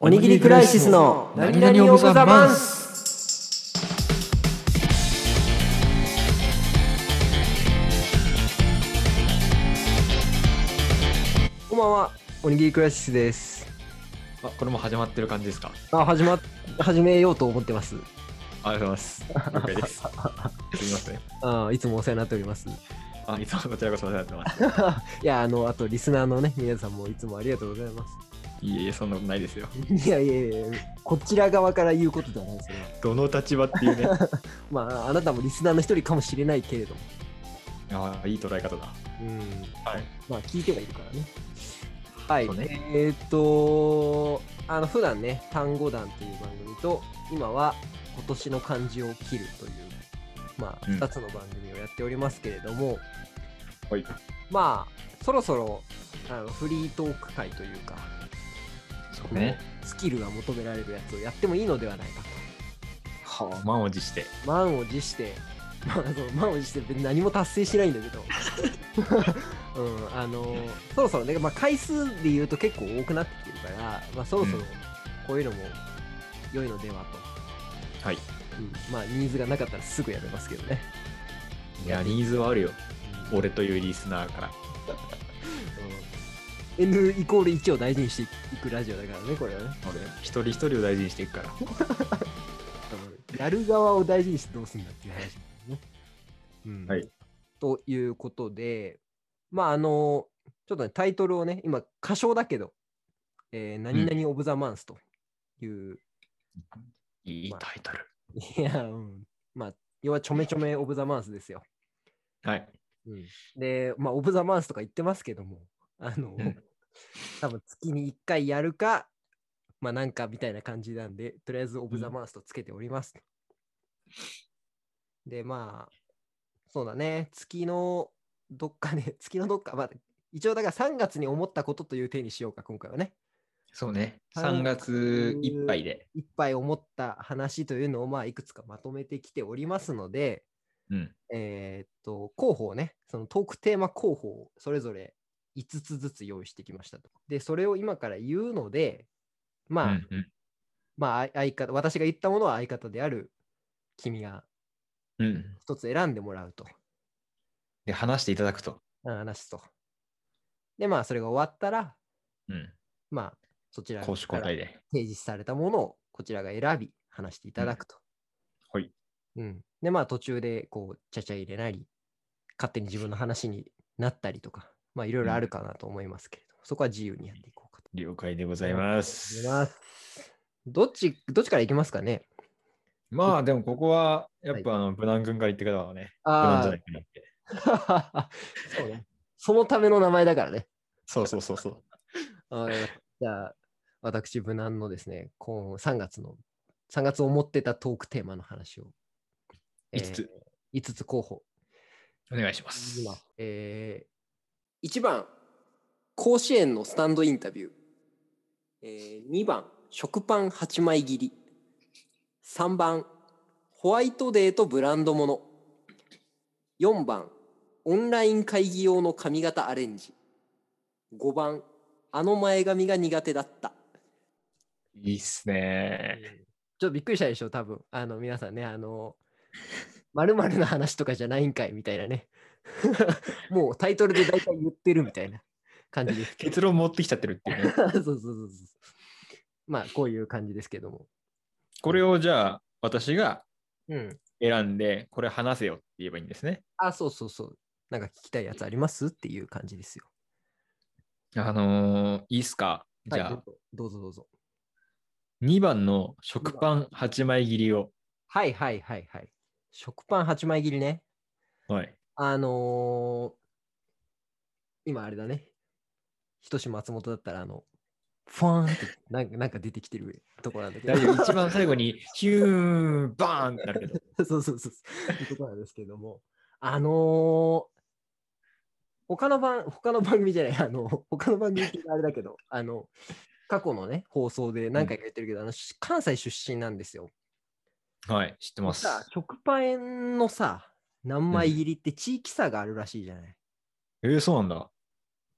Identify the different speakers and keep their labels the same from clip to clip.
Speaker 1: おにぎりクライシスの何々オブザマンスこんばんはおにぎりクライシスです
Speaker 2: あこれも始まってる感じですか
Speaker 1: あ始まっ始めようと思ってます
Speaker 2: ありがとうございます了解ですすみません
Speaker 1: あいつもお世話になっております
Speaker 2: あいつもこちらこそお世話になってます
Speaker 1: いやあのあとリスナーのね皆さんもいつもありがとうございま
Speaker 2: いえいえそんなことないですよ
Speaker 1: す いやいやいやこちら側から言うことではないですよね
Speaker 2: どの立場っていうね
Speaker 1: まああなたもリスナーの一人かもしれないけれども
Speaker 2: ああいい捉え方だ
Speaker 1: うん
Speaker 2: はい
Speaker 1: まあ聞いてはいるからね。はい、
Speaker 2: そうね
Speaker 1: えーっと、あの普段ね、単語団という番組と、今は今年の漢字を切るという、まあ、
Speaker 2: うん
Speaker 1: 2つの番組をやっておりますけれども、
Speaker 2: はい
Speaker 1: まあ、そろそろあのフリートーク会というか、
Speaker 2: そうね
Speaker 1: スキルが求められるやつをやってもいいのではないか
Speaker 2: はあ満を持して
Speaker 1: と。満を持して、まあ、その満を持して別に何も達成しないんだけど。 うん、あのそろそろね、まあ、回数で言うと結構多くなってきてるから、まあ、そろそろ
Speaker 2: うん
Speaker 1: こういうのも良いのでは
Speaker 2: はい
Speaker 1: と、うんまあニーズがなかったらすぐやめますけどね、
Speaker 2: いやニーズはあるよ
Speaker 1: うん
Speaker 2: 俺というリスナーから
Speaker 1: N イコール1を大事にしていくラジオだからねこれはね
Speaker 2: 俺一人一人を大事にしていくから
Speaker 1: うんやる側を大事にしてどうすんだっていう話だよね、うん
Speaker 2: はい
Speaker 1: ということでまああのちょっとねタイトルをね今歌唱だけど、えー何々オブザマンスという、
Speaker 2: いいタイトル
Speaker 1: いや、うん。まあ、要はちょめちょめオブザマンスですよ。
Speaker 2: はい
Speaker 1: で、まあ、オブザマンスとか言ってますけども、あの、
Speaker 2: うん
Speaker 1: 多分月に1回やるか、まあ、なんかみたいな感じなんで、とりあえずオブザマンスとつけております。で、まあ、そうだね、月のどっかで、 月のどっか、まあ、一応だから3月に思ったことという手にしようか、今回はね。
Speaker 2: そうね
Speaker 1: 三
Speaker 2: 3月
Speaker 1: 月
Speaker 2: いっぱいで
Speaker 1: いっぱい思った話というのを、まあ、いくつかまとめてきておりますので、
Speaker 2: うん
Speaker 1: えーっと、候補をね、そのトークテーマ候補をそれぞれ5つずつ用意してきましたと。で、それを今から言うので、まあ、
Speaker 2: うんうん
Speaker 1: まあ、あい相方、私が言ったものは相方である君が
Speaker 2: うん
Speaker 1: 1つ選んでもらうと、
Speaker 2: で話していただくと
Speaker 1: うん話と。で、まあ、それが終わったら、
Speaker 2: うん
Speaker 1: まあ、そちらか
Speaker 2: 攻
Speaker 1: ら
Speaker 2: 守交代で
Speaker 1: 提示されたものをこちらが選び、話していただくと。
Speaker 2: うんはい。
Speaker 1: うん。で、まあ途中で、こう、ちゃちゃ入れなり、勝手に自分の話になったりとか、まあいろいろあるかなと思いますけれども、そこは自由にやっていこうかと
Speaker 2: 了解でございます
Speaker 1: 思います。どっち、どっちからいきますかね
Speaker 2: まあでもここはやっぱあの無難君から言ってくださいね。無難じゃ
Speaker 1: あ
Speaker 2: ないかなって。
Speaker 1: あ、そうね。そのための名前だからね。
Speaker 2: そうそうそう そう。
Speaker 1: あーじゃあ、私、無難のですね、こう3月の、3月思ってたトークテーマの話を。
Speaker 2: 5つ、
Speaker 1: えー5つ候補
Speaker 2: お願いします。
Speaker 1: 今、えー、1番甲子園のスタンドインタビュー、えー、2番食パン8枚切り3番ホワイトデーとブランドもの4番オンライン会議用の髪型アレンジ5番あの前髪が苦手だった
Speaker 2: いいっすね。
Speaker 1: ちょっとびっくりしたでしょ多分あの皆さんねあ のまるの話とかじゃないんかいみたいなね もうタイトルで大体言ってるみたいな感じです
Speaker 2: 結論持ってきちゃってるっていう ね。
Speaker 1: そうそうそうそう まあこういう感じですけども
Speaker 2: これをじゃあ私が
Speaker 1: うん
Speaker 2: 選んで、これ話せよって言えばいいんですね。
Speaker 1: あそうそうそうなんか聞きたいやつありますっていう感じですよ
Speaker 2: あのーいいっすか。じゃあ、
Speaker 1: はい、どうぞどうぞどうぞ
Speaker 2: 2番の食パン8枚切りを。
Speaker 1: はいはいはいはい食パン8枚切りね
Speaker 2: はい。
Speaker 1: あのー今あれだね。仁松本だったら、あの、ファーンってなんかなんか出てきてるとこなんだけど
Speaker 2: 大。丈夫。一番最後に ヒューン、バーンってなるけど。
Speaker 1: そうそうそう。いうとこなんですけども。あのー他の番、他の番組じゃない、あの、他の番組ってあれだけど、あの、過去のね、放送で何回か言ってるけど、あの、関西出身なんですよ。
Speaker 2: はい、知ってます。
Speaker 1: さ、食パンのさ、何枚切りって地域差があるらしいじゃない。
Speaker 2: えー、そうなんだ。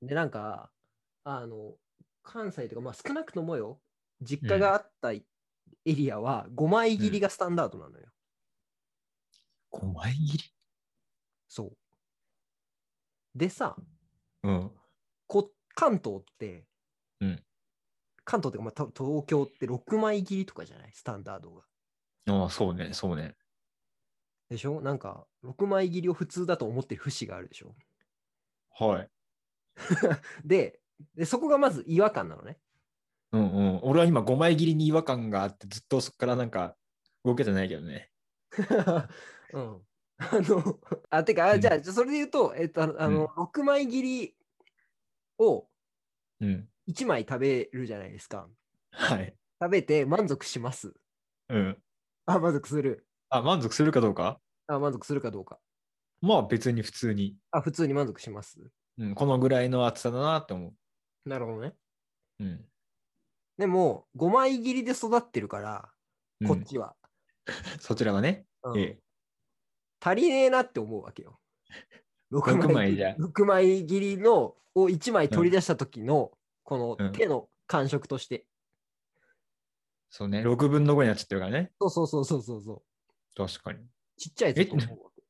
Speaker 1: で、なんか、あの、関西とか、まあ少なくともよ、実家があったエリアは5枚切りがスタンダードなのよ。
Speaker 2: 5枚切り
Speaker 1: そう。でさ、
Speaker 2: うん。
Speaker 1: こ関東って、
Speaker 2: うん
Speaker 1: 関東ってか、まあ、た東京って6枚切りとかじゃないスタンダードが。
Speaker 2: ああ、そうね、そうね。
Speaker 1: でしょなんか、6枚切りを普通だと思ってる節があるでしょ
Speaker 2: はい。
Speaker 1: でで、そこがまず違和感なのね。
Speaker 2: うんうん。俺は今5枚切りに違和感があって、ずっとそこからなんか動けてないけどね。
Speaker 1: うん。あの、あ、てか、
Speaker 2: う
Speaker 1: あ
Speaker 2: ん
Speaker 1: じゃあ、じゃあそれで言うと、えっと、あのあの、6枚切りを
Speaker 2: うん。
Speaker 1: 1枚食べるじゃないですか。
Speaker 2: はい。
Speaker 1: 食べて満足します。
Speaker 2: うん。
Speaker 1: あ、満足する。
Speaker 2: あ、満足するかどうか
Speaker 1: あ、満足するかどうか。
Speaker 2: まあ別に普通に、
Speaker 1: あ、普通に満足します。
Speaker 2: うん、このぐらいの厚さだなって思
Speaker 1: なるほどね。
Speaker 2: う。うん。
Speaker 1: でも、5枚切りで育ってるから、
Speaker 2: うん
Speaker 1: こっちは。
Speaker 2: そちらがね、
Speaker 1: うん
Speaker 2: ええ
Speaker 1: 足りねえなって思うわけ よ。
Speaker 2: 枚
Speaker 1: 6枚切り
Speaker 2: じゃ
Speaker 1: 6枚切りのを1枚取り出した時の、こ
Speaker 2: う
Speaker 1: の
Speaker 2: ん
Speaker 1: 手の感触として。
Speaker 2: そうね、6分の5になっちゃってるからね。
Speaker 1: そうそうそうそうそうそう。
Speaker 2: 確かに。
Speaker 1: ちっちゃいやつだと思うわけ。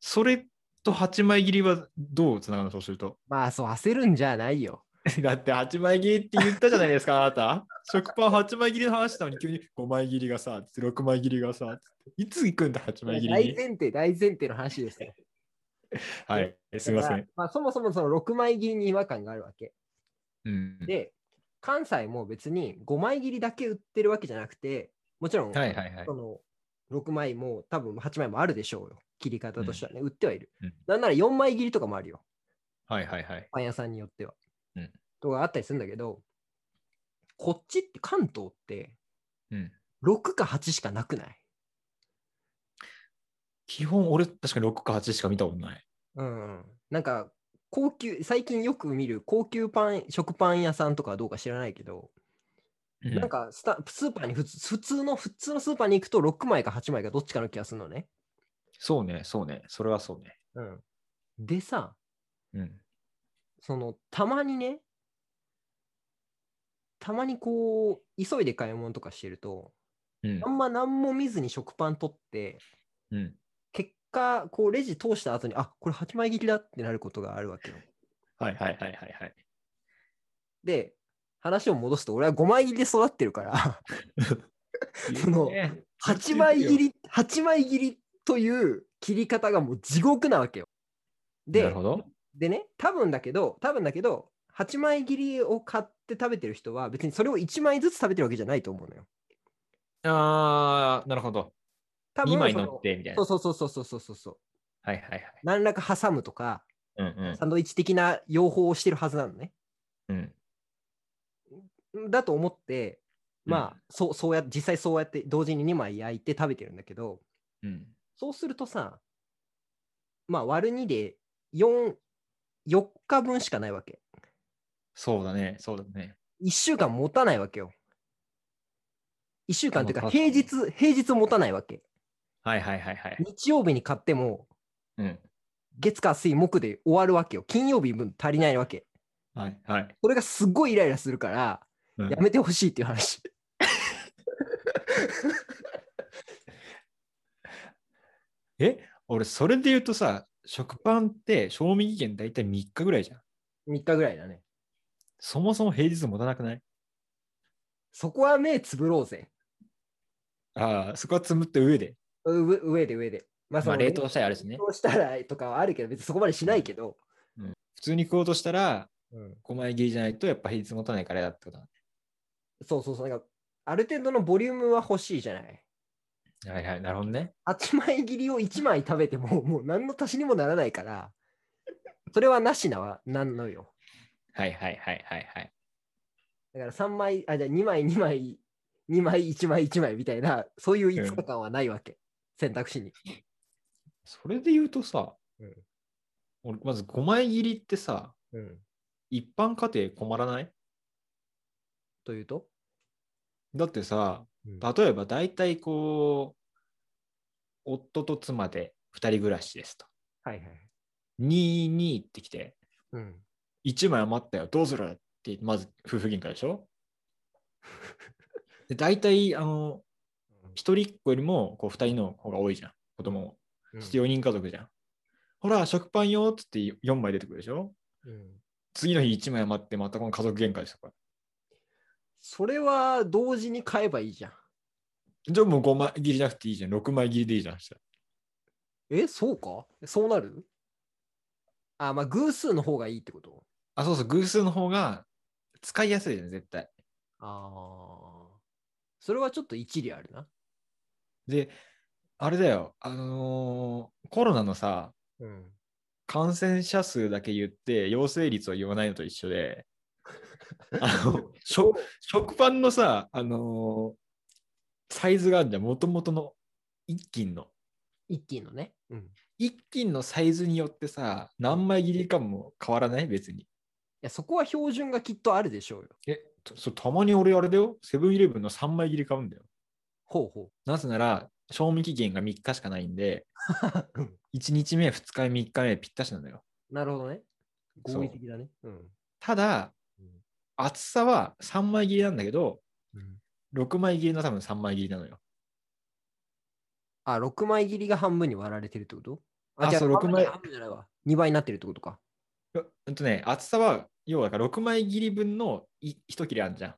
Speaker 2: それと8枚切りはどうつながるのそうすると。
Speaker 1: まあそう焦るんじゃないよ。
Speaker 2: だって8枚切りって言ったじゃないですか、あなた。食パン8枚切りの話したのに急に5枚切りがさ、6枚切りがさ、いつ行くんだ8枚切り
Speaker 1: 大
Speaker 2: に。
Speaker 1: 前提、大前提の話ですよ。
Speaker 2: はい、 すみま
Speaker 1: だ
Speaker 2: せ
Speaker 1: から
Speaker 2: ん。
Speaker 1: まあそもそもその6枚切りに違和感があるわけ。
Speaker 2: うん、
Speaker 1: で、関西も別に5枚切りだけ売ってるわけじゃなくて、もちろん、
Speaker 2: はいはいはい
Speaker 1: そ。の6枚も多分8枚もあるでしょうよ。切り方としてはね、売ってはいる。
Speaker 2: うん
Speaker 1: なんなら4枚切りとかもあるよ。
Speaker 2: はいはいはい。
Speaker 1: パン屋さんによっては。
Speaker 2: うん
Speaker 1: とかあったりするんだけど、こっちって関東って
Speaker 2: うん、
Speaker 1: 6か8しかなくない
Speaker 2: 基本、俺、確かに6か8しか見たことない。
Speaker 1: うん。なんか、高級、最近よく見る高級パン、食パン屋さんとかはどうか知らないけど、
Speaker 2: うん
Speaker 1: なんかスタ、スーパーに普通、普通の、普通のスーパーに行くと6枚か8枚かどっちかの気がするのね。
Speaker 2: そうね、そうね、それはそうね。
Speaker 1: うん。でさ、
Speaker 2: うん。
Speaker 1: その、たまにね、たまにこう、急いで買い物とかしてると、
Speaker 2: うん
Speaker 1: あ。んま何も見ずに食パン取って、
Speaker 2: うん、
Speaker 1: 結果、こう、レジ通した後に、あ、これ8枚切りだってなることがあるわけよ。
Speaker 2: はいはいはいはいはい。
Speaker 1: で、話を戻すと、俺は5枚切りで育ってるから、 その
Speaker 2: いいね
Speaker 1: 8枚切り、8枚切りという切り方がもう地獄なわけよ。
Speaker 2: な
Speaker 1: で
Speaker 2: る、ほど。
Speaker 1: でね、多分だけど、多分だけど、8枚切りを買って食べてる人は、別にそれを1枚ずつ食べてるわけじゃないと思うのよ。
Speaker 2: ああ、なるほど。
Speaker 1: 多分
Speaker 2: 2枚
Speaker 1: その
Speaker 2: 乗ってみたい
Speaker 1: そ
Speaker 2: な。
Speaker 1: うそうそうそうそうそうそう。
Speaker 2: はいはいはい。
Speaker 1: 何らか挟むとか、
Speaker 2: うんうん
Speaker 1: サンドイッチ的な用法をしてるはずなのね。
Speaker 2: うん
Speaker 1: だと思って、まあ、
Speaker 2: う
Speaker 1: そうそうや実際そうやって同時に2枚焼いて食べてるんだけど、
Speaker 2: うん
Speaker 1: そうするとさ、まあ割る2で4、4日分しかないわけ。
Speaker 2: そうだね、そうだね。
Speaker 1: 1週間持たないわけよ。1週間という
Speaker 2: ま
Speaker 1: か
Speaker 2: あ確か
Speaker 1: 平
Speaker 2: に
Speaker 1: 日、平日持たないわけ。
Speaker 2: はいはいはいはい。
Speaker 1: 日曜日に買っても
Speaker 2: うん。
Speaker 1: 月火水木で終わるわけよ。金曜日分足りないわけ。
Speaker 2: はいはい。
Speaker 1: それがすっごいイライラするから、
Speaker 2: うん
Speaker 1: やめてほしいっていう話。
Speaker 2: え俺、それで言うとさ、食パンって賞味期限大体3日ぐらいじゃん。
Speaker 1: 3日ぐらいだね。
Speaker 2: そもそも平日持たなくない
Speaker 1: そこは目つぶろうぜ。
Speaker 2: ああ、そこは積むって上で。
Speaker 1: う上上で上で。ま
Speaker 2: まあ、
Speaker 1: その
Speaker 2: 冷凍したりあるしね
Speaker 1: 冷。凍したらとかはあるけど、別にそこまでしないけど。
Speaker 2: 普通に食おうとしたら、
Speaker 1: うん
Speaker 2: 5枚切りじゃないと、やっぱ平日持たないからやってことだね。
Speaker 1: そうそうそう。なんか、ある程度のボリュームは欲しいじゃない。
Speaker 2: はいはい、なるほどね。
Speaker 1: 8枚切りを1枚食べても、 もう何の足しにもならないから、それはなしなはなんのよ。
Speaker 2: はいはいはいはいはい。
Speaker 1: だから3枚、あ、じゃあ2枚、2枚、2枚、1枚、1枚みたいな、そういう5日間はないわけ。選択肢に。
Speaker 2: それで言うとさ、
Speaker 1: うん
Speaker 2: 俺まず5枚切りってさ、
Speaker 1: うん。
Speaker 2: 一般家庭困らない
Speaker 1: というと、
Speaker 2: だってさ、
Speaker 1: うん
Speaker 2: 例えば大体こう、夫と妻で2人暮らしですと。
Speaker 1: はいはい。
Speaker 2: 22ってきて、
Speaker 1: うん。
Speaker 2: 1枚余ったよ、どうするって、まず夫婦喧嘩でしょで大体、あの、一人っ子よりもこう二人の方が多いじゃん、子供も。
Speaker 1: うん
Speaker 2: して4人家族じゃん。ほら、食パンよっつって4枚出てくるでしょ
Speaker 1: うん
Speaker 2: 次の日1枚余ってまたこの家族喧嘩でしたから。
Speaker 1: それは同時に買えばいいじゃん。
Speaker 2: じゃあもう5枚切りじゃなくていいじゃん。6枚切りでいいじゃん。したら
Speaker 1: え、そうかそうなるあ、まあ偶数の方がいいってこと
Speaker 2: あ、そうそう、偶数の方が使いやすいよね、絶対。
Speaker 1: ああ。それはちょっと一理あるな。
Speaker 2: で、あれだよ、あのーコロナのさ、
Speaker 1: うん。
Speaker 2: 感染者数だけ言って、陽性率を言わないのと一緒で、 あの食食パンのさ、あのーサイズがあるじゃん、もともとの一斤の。
Speaker 1: 一気のね。うん。い
Speaker 2: 一斤のサイズによってさ、何枚切りかも変わらない別に。
Speaker 1: や、そこは標準がきっとあるでしょうよ。
Speaker 2: え、とそうたまに俺あれだよ、セブンイレブンの3枚切り買うんだよ。
Speaker 1: ほうほ
Speaker 2: なぜなら、賞味期限が3日しかないんで、
Speaker 1: う。うん
Speaker 2: 1日目、2日目、3日目ぴったしなんだよ。
Speaker 1: なるほどね。
Speaker 2: そう
Speaker 1: 合理的だね。うん。
Speaker 2: ただ
Speaker 1: うん、
Speaker 2: 厚さは3枚切りなんだけど、
Speaker 1: うん
Speaker 2: 6枚切りの多分3枚切りなのよ。
Speaker 1: あ、6枚切りが半分に割られてるってこと
Speaker 2: あそう六枚
Speaker 1: 半分じゃないわ。2倍になってるってことか。
Speaker 2: ようんとね、厚さは、要はだから6枚切り分の1切れあるじゃん。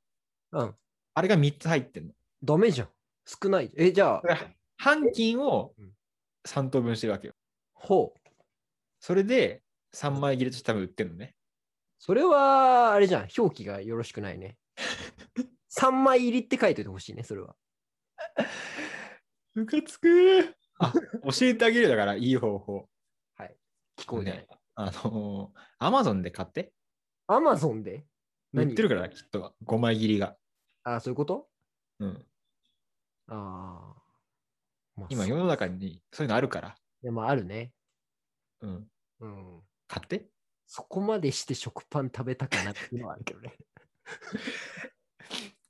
Speaker 1: うん。
Speaker 2: あれが3つ入ってんの。
Speaker 1: ダメじゃん。少ない。え、じゃあ
Speaker 2: だ、から半斤を
Speaker 1: うん
Speaker 2: 3等分してるわけよ。
Speaker 1: ほう。
Speaker 2: それで3枚切れとして多分売ってるのね。
Speaker 1: それは、あれじゃん。表記がよろしくないね。3枚入りって書いておいてほしいね、それは。
Speaker 2: むかつくあ、教えてあげるよだから、いい方法。
Speaker 1: 聞こえない。
Speaker 2: あのー、アマゾンで買って。
Speaker 1: アマゾンで
Speaker 2: 売ってる
Speaker 1: か
Speaker 2: から、きっと5枚切りが。
Speaker 1: あ、そういうこと
Speaker 2: うん。
Speaker 1: ああ。まあ
Speaker 2: 今、
Speaker 1: そう
Speaker 2: 世の中にそういうのあるから。
Speaker 1: でもあるね。
Speaker 2: うん。
Speaker 1: うん。
Speaker 2: 買って。
Speaker 1: そこまでして食パン食べたかなっていうのはあるけど ね。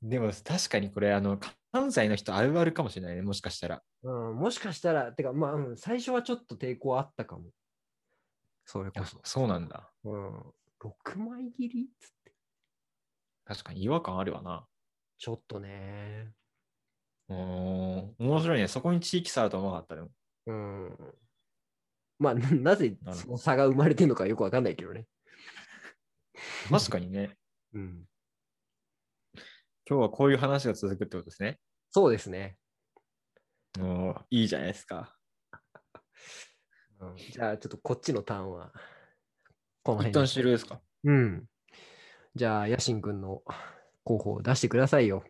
Speaker 2: でも、確かにこれ、あの、関西の人あるあるかもしれないね、もしかしたら。
Speaker 1: うん、もしかしたら、てか、まあ、うん、最初はちょっと抵抗あったかも。それこそ。
Speaker 2: そうなんだ。
Speaker 1: うん。6枚切りつって
Speaker 2: 確かに違和感あるわな。
Speaker 1: ちょっとね。
Speaker 2: うーん。面白いね。そこに地域差あるとは思わなかったでも。
Speaker 1: うん。まあ、ななぜその差が生まれてるのかよくわかんないけどね。
Speaker 2: 確かにね。
Speaker 1: うん。
Speaker 2: 今日はこういう話が続くってことですね。
Speaker 1: そうですね。
Speaker 2: おーいいじゃないですか。
Speaker 1: うんじゃあ、ちょっとこっちのターンは、この
Speaker 2: 一
Speaker 1: 辺
Speaker 2: 旦
Speaker 1: で
Speaker 2: 終了ですか
Speaker 1: うん。じゃあ、ヤシン君の候補を出してくださいよ。